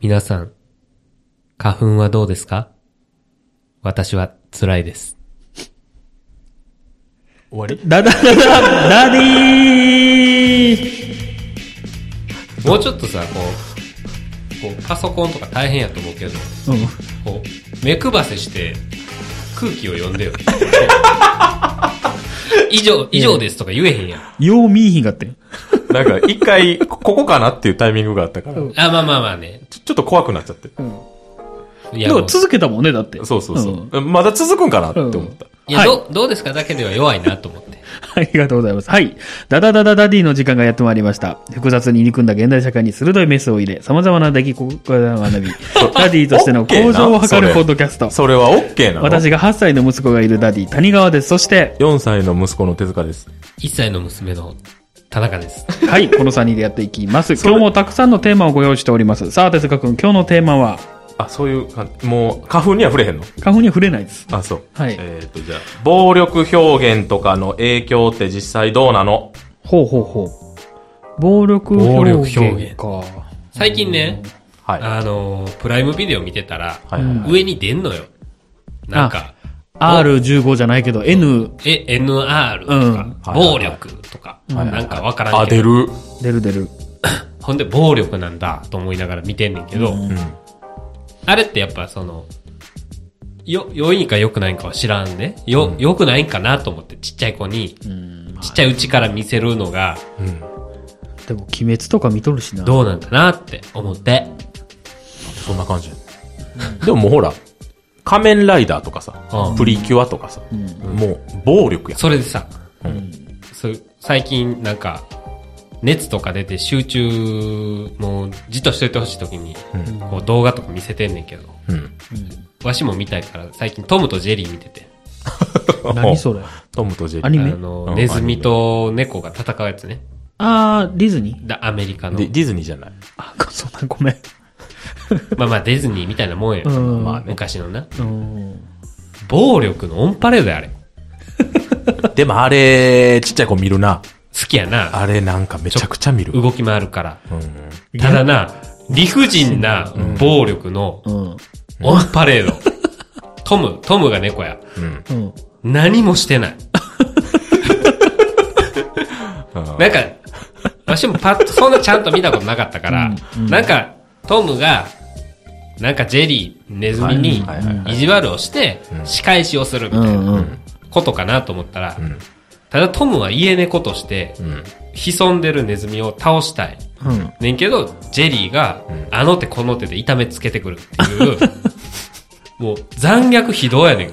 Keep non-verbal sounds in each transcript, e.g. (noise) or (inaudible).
皆さん、花粉はどうですか私は辛いです。終わりダダダダダディーもうちょっとさ、こう、こうパソコンとか大変やと思うけど、うん。こう、目配せして空気を読んでよ。以上、以上ですとか言えへんやん。よう見えひんかってん。なんか、一回、こここかなっていうタイミングがあったから、うんあ、まあまあまあね。ちょちょっと怖くなっちゃって。いでや、ももう続けたもんね、だって。そうそうそん (laughs) う。まだ続くんかなって思った。いや、はいどうどうですかだけでは弱いなと思って。ありがとうございます。はい。ダダダダダディの時間がやってまいりました。複雑に入り組んだ現代社会に鋭いメスを入れ、様々な出来事から学び、ダディとしての向上を図るポッドキャスト。それは OK なの私が8歳の息子がいるダディ、谷川です。そ (laughs) して、 4歳の息子の手塚です。 1歳の娘の田中です。はい、この3人でやっていきます。今日もたくさんのテーマをご用意しております。さあ、手塚くん、今日のテーマは、あ、そういう感じ。もう、花粉には触れへんの花粉には触れないです。あ、そう。はいえっ、と、じゃあ、暴力表現とかの影響って実際どうなのほうほうほう。暴力表現か。最近ね、はい。あのー、プライムビデオ見てたら、はいはいはい。上に出んのよ。なんか、 R15 じゃないけど、N え、NR とか、うん暴力とか、なんかわからあ、んけ出ど、る。出る出る。ほんで暴力なんだと思いながら見てんねんけど、うん。あれってやっぱその、よ、良いんか良くないんかは知らんね。よ、良くないんかなと思って、ちっちゃい子に、ちっちゃいうちから見せるのが、うん。でも、鬼滅とか見とるしな。どうなんかなって思って。そんな感じ。でももうほら、仮面ライダーとかさ、うんプリキュアとかさ、もう、暴力や。それでさ、うん。そう最近なんか、熱とか出て集中、もうじっとしててほしい時に、うんこう動画とか見せてんねんけど、うん。わしも見たいから最近トムとジェリー見てて、何それトムとジェリー。アニあメのう、んネズミと猫が戦うやつね。あー、ディズニーだアメリカのデ。ィディズニーじゃない。あ、ごそんなごめん。まあまあディズニーみたいなもんよ。うんまあ昔のな。うん。暴力のオンパレードやあれ。好でもあれ、ちっちゃい子見るな。きやな。あれなんかめちゃくちゃ見る。動き回るから。うん。ただな、理不尽な暴力のうん。オンパレード。トム、トムが猫や。うん。うん。何もしてない。うんなんか、私もパッと、そんなちゃんと見たことなかったから、なんか、トムが、なんかジェリー、ネズミにはいはいはいは意地悪をして、仕返しをするみう。たいなんうん。ことかなと思ったらん、ただトムは家猫として、うん。潜んでるネズミを倒したい。うん。ねんけど、ジェリーが、あの手この手で痛めつけてくるっていう、 (laughs) もう残虐非道やねん。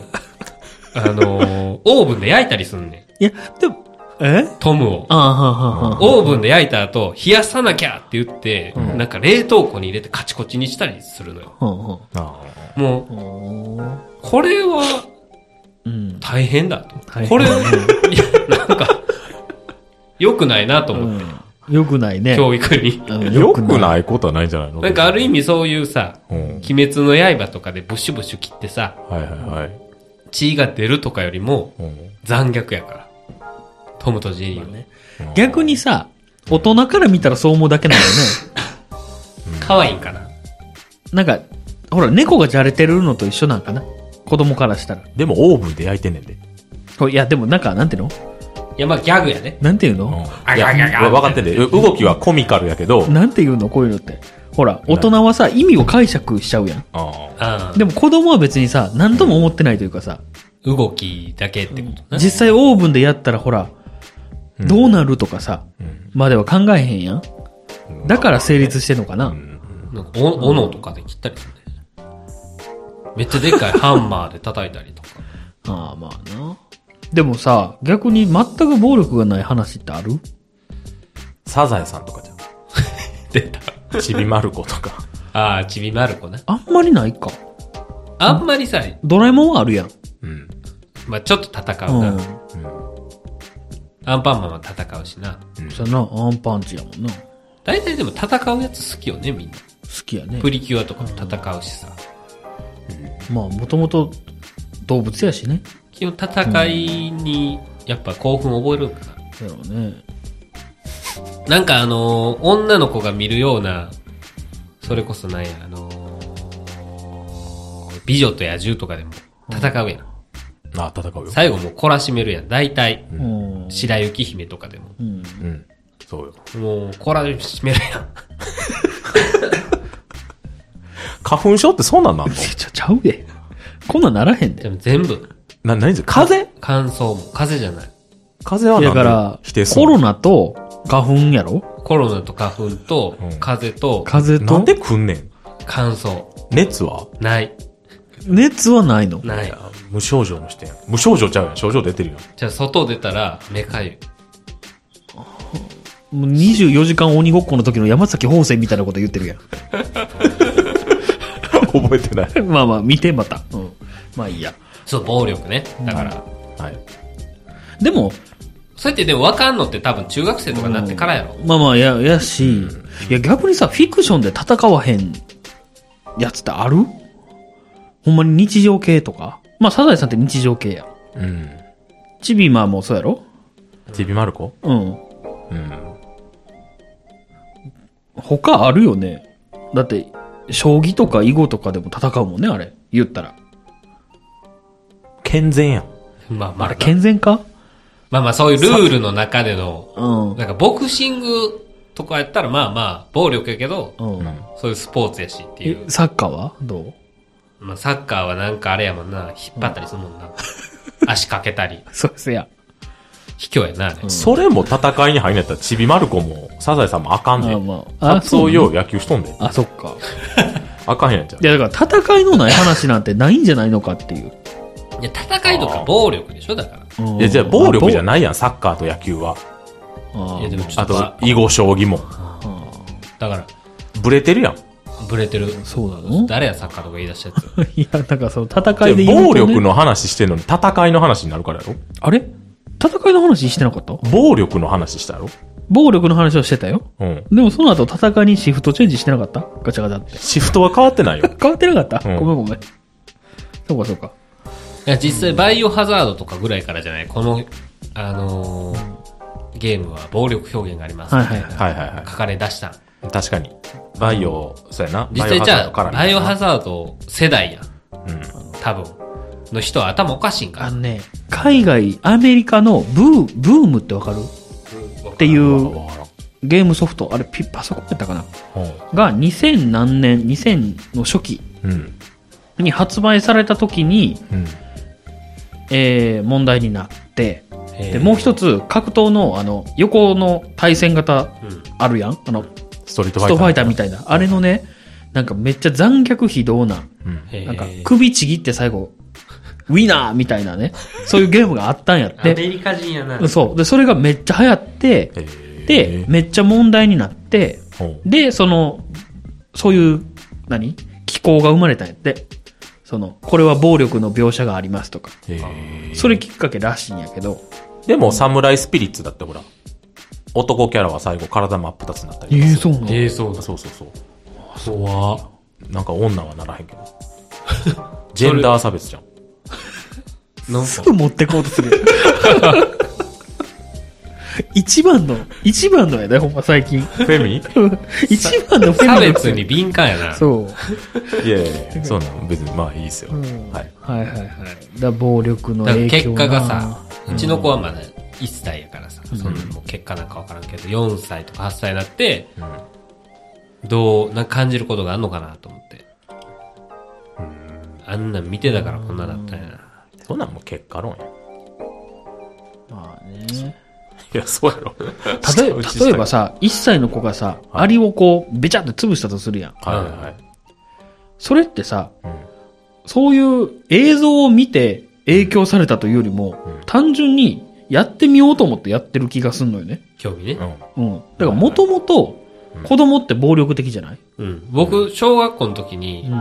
あのー、オーブンで焼いたりすんねいや、でも、えん。トムを。あーはーはーはーオーブンで焼いた後、冷やさなきゃって言って、なんか冷凍庫に入れてカチコチにしたりするのよ。うんあもう、うんこれはうん。大変だと。大変これ、いやなんか、良くないなと思って、うん。よくないね。教育に。うあんよくないことはないんじゃないのなんかある意味そういうさ、うん。鬼滅の刃とかでブシュブシュ切ってさ、はいはいはい。血が出るとかよりもうん残虐やから。トムとジェリーはね。ね逆にさ、大人から見たらそう思うだけなんだよね。可愛いんかな。なんか、ほら、猫がじゃれてるのと一緒なんかな。子供からしたら。でもオーブンで焼いてんねんで。これいや、でもなんか、なんていうのいや、まあギャグやね。なんていううんの、あいああや、あわ分かってんで。う動きはコミカルやけど、なんていうのこういうのって。ほら、大人はさ、意味を解釈しちゃうやん。ああでも子供は別にさ、何とも思ってないというかさ、あ、動きだけってことね。実際オーブンでやったらほら、どうなるとかさ、んまでは考えへんやん。だから成立してんのかな、なんかお、斧とかで切ったりするね。めっちゃで (laughs) っかいハンマーで叩いたりとか。ああ、まあな。でもさ、逆に全く暴力がない話ってあるサザエさんとかじゃ出た。ん。ちびまる子と (laughs) か。ああ、ちびまる子ね。あんまりないか。あんまりさ、ドラえもんはあるやん。うん。まあちょっと戦ううな。ん。アンパンマンは戦うしな。そんな、アンパンチやもんな。好大体でも戦うやつ好きよね、みんな。きやねプ。リキュアとかも戦うしさ。まあ、もともと動物やしね。基本戦いに、やっぱ興奮覚えるんかな。やろうね。なんかあのー女の子が見るような、それこそなんや、あのー美女と野獣とかでも戦うやん。ああ、戦うよ。最後もう懲らしめるやん。大体、うん。白雪姫とかでも。うん。うん。そうよ。もう懲らしめるやん。花粉症ってそんなんなんのちゃ、ちゃうで。こんなんならへんで。でも全部、 (laughs) な、何です風邪乾燥も、風邪じゃない。風邪はなんでだから否定、すコるロナと花粉やろコロナと花粉とうん、風邪と、風邪と。なんで来んねん乾燥。熱はない。熱はないの。ないい。や、無症状の人やん。無症状ちゃうやん。症状出てるやん。じゃあ、外出たら、目かゆい。もう24時間鬼ごっこの時の山崎邦生みたいなこと言ってるやん。 (laughs) (laughs) 覚えてない。まあまあ、見てまた。うん。まあいいや。そう、暴力ね。だから。はい。でも、そうやってでも分かんのって多分中学生とかになってからやろ。まあまあ、や、やし、いや逆にさ、フィクションで戦わへんやつってあるほんまに日常系とかまあ、サザエさんって日常系やん。うん。チビマーもそうやろちびまる子うん。うん。他あるよね。だって、将棋とか囲碁とかでも戦うもんね、あれ。言ったら。健全やん。まあまああれ、、健全かまあまあそういうルールの中での、うん。なんかボクシングとかやったらまあまあ暴力やけど、うん。そういうスポーツやしっていえう。サッカーはどうまあサッカーはなんかあれやもんな、引っ張ったりするもんな。足かけたり、そうですや。卑怯やな、あれ。それも戦いに入んやったら、ちびまる子も、サザエさんもあかんねあん。まあ。あ、カツオうよう野球しとんで。あ、そっか。あかんやんじゃいや、だから戦いのない話なんてないんじゃないのかっていう。いや、戦いとか暴力でしょだから。ん。いや、じゃあ暴力じゃない。ないやん、サッカーと野球は。あいや、でもちょあっと、とだ、囲碁将棋も。から、ブレてるやん。ブレてる。そうなの誰やサッカーとか言い出したやつ。いや、なん (laughs) かその戦いでで言うと、ね、暴力。の話してんのに戦いの話になるからやろあれ戦いの話してなかった暴力の話したやろ暴力の話をしてたよ。うん。でもその後戦いにシフトチェンジしてなかったガチャガチャって。シフトは変わってな (laughs) いよ。変わってなかった、うんごめんごめん。そうかそうか。いや、実際、バイオハザードとかぐらいからじゃないこの、あのーゲームは暴力表現があります、はいはいはい。はいはいは書かれ出した。い。確かに。バイオ、そうやな。実際じゃバあ、バイイオオハハザザード世代やん。ードからな。多分。の人は頭おかしいんあかのね、海外、アメリカのブー、ブームってわかるっていうん。うわからんゲームソフト、あれピ、パソコンやったかなうが2000何年、2000の初期んうん。に発売された時に、うん。えー、問題になって、えでーもう一つ格闘のあの横の対戦型うんあるやんあのストリートスファイター。トファイターみたいなあれのねなんかめっちゃ残虐非道なうん。えーなんか首ちぎって最後ウィナーみたいなねそういうゲームがあったんやっアメてリカ人やな。そうでそれがめっちゃ流行ってえーで、めっちゃ問題になってうんでそのそういう何気候が生まれたんやってそのこれは暴力の描写がありますとかえーそれきっかけらしいんやけどでも、サムライスピリッツだってほら、男キャラは最後体真っ二つになったりええそとかするうなのえー、そうだ。そうそうそう。怖っなんか女はならへんけど。ジェンダー差別じゃん。なんすか、ぐ持ってこうとする。 (laughs) 一番の、一番のやで、ほんま (laughs) 最近。フェミ一番のフェミ差ニ別に敏感やな。そう。いやいやいやそうなの。別に、まあいいですよ。んはい。はいはいはい。だ暴力のだから影結響な果がさ、うちの子はまだ1歳やからさ、そんなもう結果なんかわからんけど、4歳とか8歳になって、どう、なんか感じることがあんのかなと思って。あんなん見てたからこんなだったんやな。そんなんもう結果論や。まあねいや、そうやろ。例 (laughs) え例えばさ、1歳の子がさ、アリをこう、べちゃって潰したとするやん。はいはい。それってさ、うんそういう映像を見て影響されたというよりも、単純にやってみようと思ってやってる気がすんのよね。興味うね。ん。うん。だからもともと、子供って暴力的じゃないうん。僕、小学校の時うに、ん。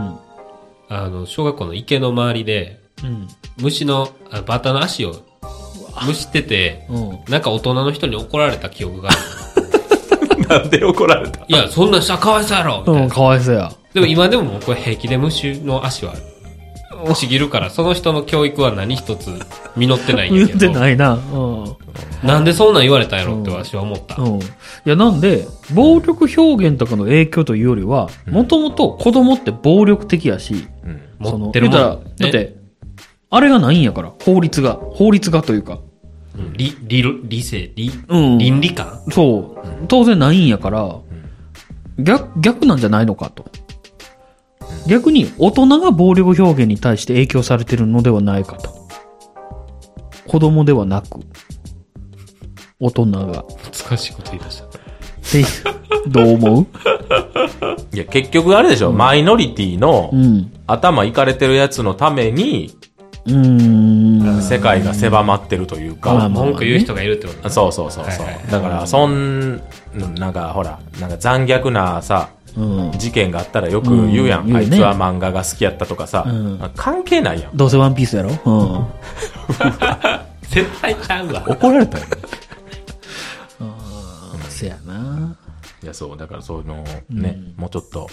あの、小学校の池の周りで、うん。虫の、あバタの足を、むしてて、うん。なんか大人の人に怒られた記憶があ (laughs) る。なんで怒られたいや、そんなんしたらかわいそうやろみたいなうん、。かわいそうや。でも今でも僕は平気で虫の足はちぎるから、その人の教育は何一つ実ってないん言やっけてど。ないな。うん。なんでそんなん言われたんやろって私は思った。うん。いや、なんで、暴力表現とかの影響というよりは、もともと子供って暴力的やし、うん。そ持のってるもん、言うたらだっね。て、あれがないんやから、法律が。法律がというか。うん理、理論、理性、理、うん倫理観そう。当然ないんやから、逆、逆なんじゃないのかと。逆に、大人が暴力表現に対して影響されてるのではないかと。子供ではなく、大人が。難しいこと言いました。っていうどう思ういや、結局あれでしょ、マイノリティのうん。頭いかれてるやつのために、うーん。世界が狭まってるというまあか、まあ文句言う人がいるってことそうそうそうはいそうはい。だから、そん、なんかほら、なんか残虐なさ、うん。事件があったらよく言うやん。うんあ言いうねつは漫画が好きやったとかさ、うん関係ないやん。どうせワンピースやろうん。絶対ちゃうわ。怒られ (laughs) たよ。せやな。いや、そう、だからその、ね、もうちょっと、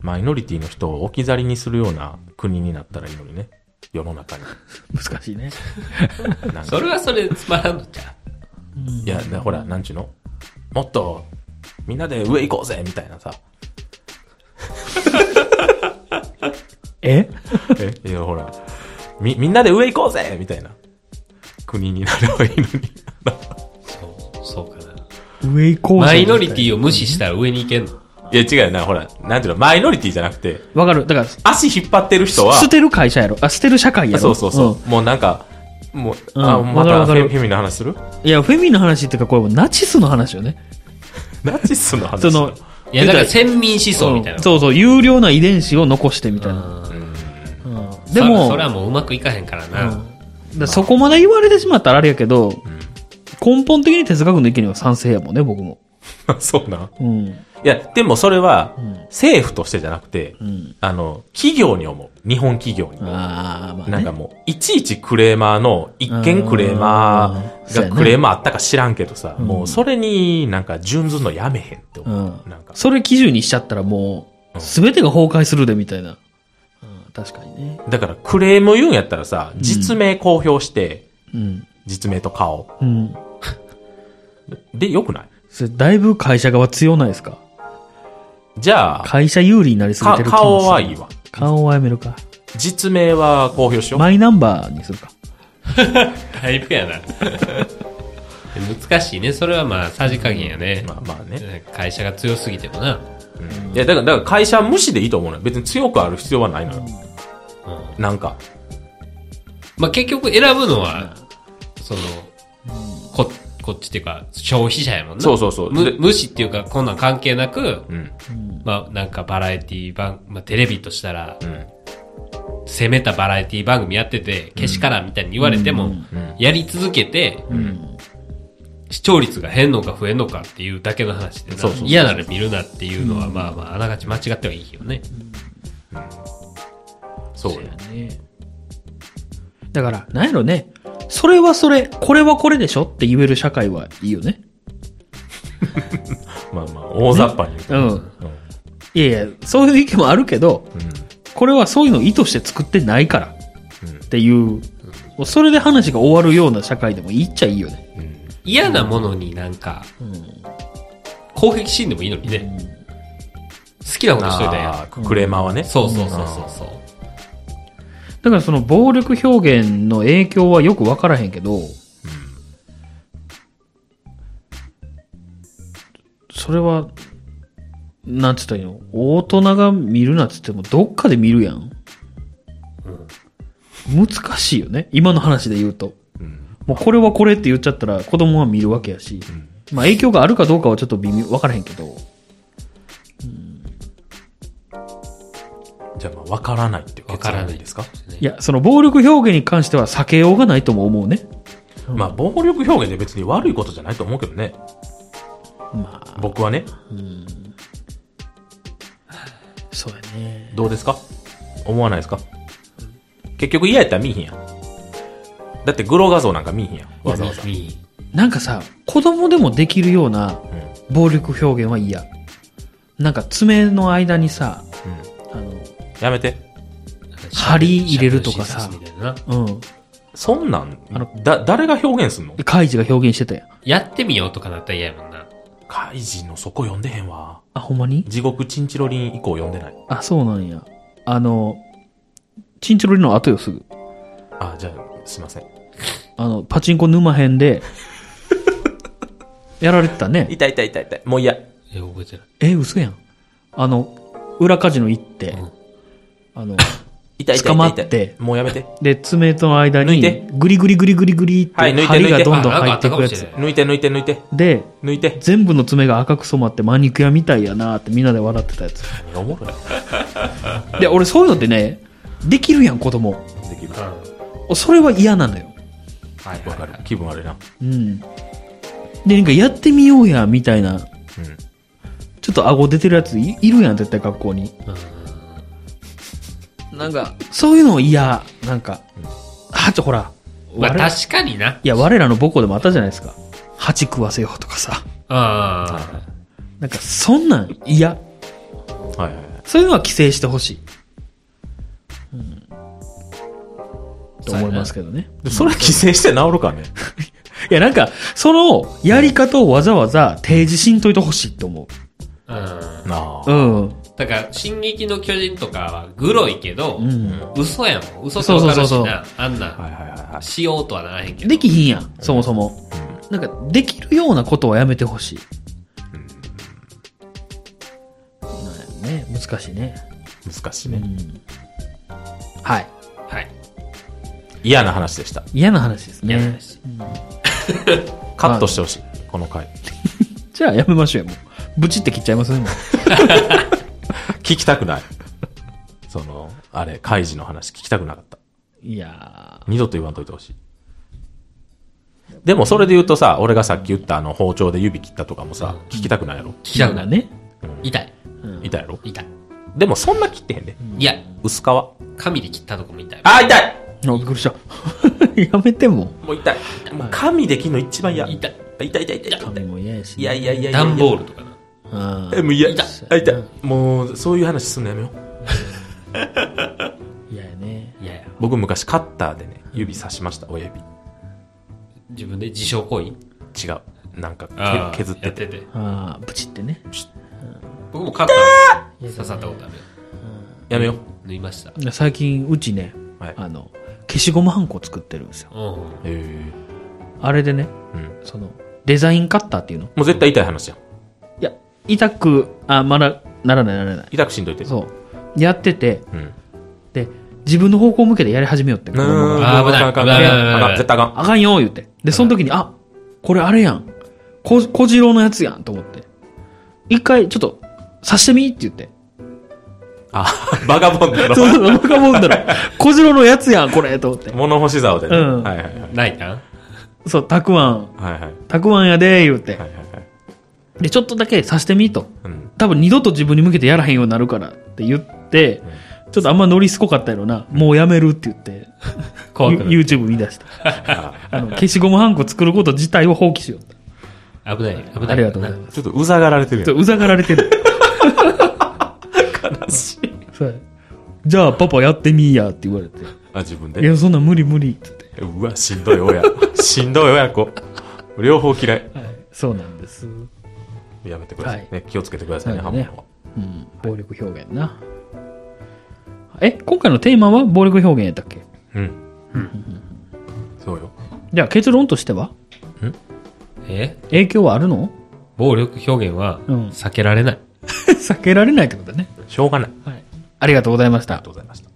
マイノリティの人を置き去りにするような国になったらいいのにね。世の中に。難しいね。なんかそれはそれつまらんのちゃいや、だほら、なんちゅうのもっと、みんなで上行こうぜみたいなさ。ええいや、ほら、み、みんなで上行こうぜみたいな。国になればいいのに。う。そう、そうかな。上行こうぜマイノリティを無視したら上に行けんの。 (laughs) いや、違うよな、ほら、なんていうの、マイノリティじゃなくて、わかる。だから、足引っ張ってる人は、捨てる会社やろ。あ、捨てる社会やあろ。そうそうそう、もうなんか、もう、うんあ、わかまたフるわかるェフェミの話するうん。いや、フェミの話っていうか、これもナチスの話よね。ナチスの話その、いや、だから先民思想みたいな。うんそうそう、有料な遺伝子を残してみたいな。うんうんででも、も、それはもううまくいかへんからな。うんだそこまで言われてしまったらあれやけど、根本的に哲学の意見には賛成やもんね、僕も。 (laughs) そうなん。うん。いや、でもそれは、政府としてじゃなくて、んあの、企業に思う。日本企業に。ああ、まあ、ね。なんかもう、いちいちクレーマーの、一見クレーマうんそうやねーがクレーマーあったか知らんけどさ、もうそれになんか準ずんのやめへんってう思う。ん。なんか、それ基準にしちゃったらもう、すべてが崩壊するで、みたいな。うん、確かにね。だからクレーム言うんやったらさ、実名公表して、うん。実名と顔。うん。で、よくないそれ、だいぶ会社側強ないですかじゃあ、会社有利になりすぎかてる気もする顔はいいわ。顔はやめるか。実名は公表しよう。マイナンバーにするか。タイプやな。 (laughs) 難しいね。それはまあ、さじ加減やね。まあまあね。会社が強すぎてもな。いや、だから、だから会社無視でいいと思うのよ。別に強くある必要はないのよ。なんか、まあ結局選ぶのは、その、こ、こっちっていうか、消費者やもんな。そうそうそうむで無視っていうか、こんなん関係なく、うん。まあなんかバラエティ番、まあテレビとしたら、うん。攻めたバラエティ番組やってて、けしからんみたいに言われても、うんやり続けて、視聴率が減んのか増えんのかっていうだけの話でなそうそうそう嫌なら見るなっていうのは、まあまあ、あながち間違ってはいいけどね。そうよ。ね。だから、なんやろね。それはそれ、これはこれでしょって言える社会はいいよね。まあまあ、大雑把に言うと。うん。いやいや、そういう意見もあるけど、これはそういうのを意図して作ってないから。っていう、もうそれで話が終わるような社会でもいいっちゃいいよね。嫌なものになんか、攻撃シーンでもいいのにね。好きなことしといたらやんああ、クレーマーはね。そうそうそうそうそう。だからその暴力表現の影響はよくわからへんけど、それは、なんつったらいいの大人が見るなっつっても、どっかで見るやん。難しいよね。今の話で言うと。もうこれはこれって言っちゃったら子供は見るわけやし。まあ影響があるかどうかはちょっと微妙、わからへんけど。じゃあ、まあ、わからないっていうわわかかららなないいですかいや、その暴力表現に関しては避けようがないとも思うね。まあ、暴力表現で別に悪いことじゃないと思うけどね。まあ、僕はね、そうやね。どうですか思わないですか結局嫌やったら見えへんやん。だって、グロ画像なんか見えへんやん。わざわざ。いいなんかさ、子供でもできるようなうん。うん。暴力表現は嫌。なんか爪の間にさ、あの、やめて。何針入れるとかさシャトルシーサスみたいななうん。そんなんあの、だ、誰が表現すんのでカイジが表現してたやん。やってみようとかなったら嫌やもんな。カイジのそこ読んでへんわ。あ、ほんまに地獄チンチロリン以降読んでない。あ、そうなんや。あの、チンチロリの後よ、すぐ。あ、じゃあ、すいません。あの、パチンコ沼編で、やられてたね。痛い痛い痛い痛い。もう嫌。え、覚えてない。え、嘘やん。あの、裏カジノ行って、うんあの、痛い痛い痛い痛捕い。まってもうやめて。で、爪との間抜いにて、グリグリグリグリグリって、はい抜いて針抜いがてどんどん入っていあなんくやかあったかもしつれ。ない抜いて抜いて抜いて。で、抜いて。全部の爪が赤く染まってマニキュアみたいやなってみんなで笑ってたやつ。何がおもろいで、俺そういうのってね、できるやん、子供。できる。うんはそれは嫌なのよ。はいい。わ (laughs) かる。気分悪いな。うん。で、なんかやってみようや、みたいな。うん。ちょっと顎出てるやついいるやん、絶対学校に。なんか、そういうの嫌。なんか、はちょ、ほら。まあ我ら確かにな。いや、我らの母校でもあったじゃないですか。鉢食わせようとかさ。あなんか、そんなん嫌。はいはいはい。そういうのは規制してほしい。うん。そうやとな思いますけどね。でそれ規制して治るかね。 (laughs) いや、なんか、その、やり方をわざわざ提示しんといてほしいと思あ。うん。なう。あ。うん。だから、進撃の巨人とかはグロいけど、うん。嘘やもん。嘘ってわかそるうそしうそうな。あんな、はいはいはいはい。しようとはならへんけど。できひんやん、そもそも。なんか、できるようなことはやめてほしい。なんやね、難しいね。難しいうね。ん。はい。はい。嫌な話でした。嫌な話です嫌なね。話カットしてほしい。この回。じゃあやめましょうよ、もう。ブチって切っちゃいますね、もう。聞きた (laughs) くない。その、あれ、カイジの話聞きたくなかった。いや二度と言わんといてほしい。でもそれで言うとさ、俺がさっき言ったあの包丁で指切ったとかもさ、聞きたくないやろ。聞ー。きたくない。ね。痛い。痛いやろ。痛い。でもそんな切ってへんで。いや、薄皮。あ紙で切ったとこも痛い。ー、痛いあ、びっくりした。 (laughs) やめても。もう痛い。もう神できんの一番嫌。痛い。痛い痛い痛い痛い。髪も嫌やし、いやいやいやいや。段ボールとかな。あえ、もう嫌。痛いあ痛い。もう、そういう話すんのやめよう。嫌やね。いやいや。僕昔カッターでね、指刺しました、親指。自分で自傷行為違う。なんかあけー削って。やっててて。ああ、ブチってね。僕もカッターで刺さったことあるよ。やめよ縫いました。最近、うちね、う。はい。あの、消しゴムはんこ作ってるんですよ。うん。えーあれでね、うん。その、デザインカッターっていうのもう絶対痛い話やん。いや、痛く、あ、まだ、ならないならない。痛くしんどいて。そう。やってて、うん。で、自分の方向向けてやり始めよって、子供があー危ないあかんあかんあ危ない危ない危かんあかなんい絶対あかん。あかんよ、言って。で、その時に、あ、これあれやん。こ、小次郎のやつやん、と思って。一回、ちょっと、刺してみって言って。あ、バカボン (laughs) だそうろ。そう、僕が思うんだろ。 (laughs) 小次郎のやつやん、これ、と思って。物干し竿でね。うんはいはいはい。ないな。そう、たくあん、はいはい。はいたくあんやで、言うては。いはい。で、ちょっとだけ刺してみ、と。うん。多分二度と自分に向けてやらへんようになるからって言って、ちょっとあんまノリすごかったやろな。もうやめるって言 (laughs) って、怖 (laughs) くなる You- YouTube 見出した。ああの、消しゴムハンコ作ること自体を放棄しようと。危ない。危ない。ありがとうございますちょっとうざがられてるちやょっと。うざがられてる。ん。悲しい。そうやじゃあパパやってみいやって言われて。あ、自分いで。や、そんなん無理無理って言って。うわ、しんどい親。しんどい親子。両方嫌い。はい。そうなんです。やめてください。はね、気をつけてくださいね、な刃んでね物は。うん。暴力表現な。え、今回のテーマは暴力表現やったっけうん。そうよ。じゃあ結論としてはえ影響はあるの暴力表現はうん避けられない。 (laughs) 避けられないってことだね。しょうがない。ありはい。ありがとうございましたがと。うございました。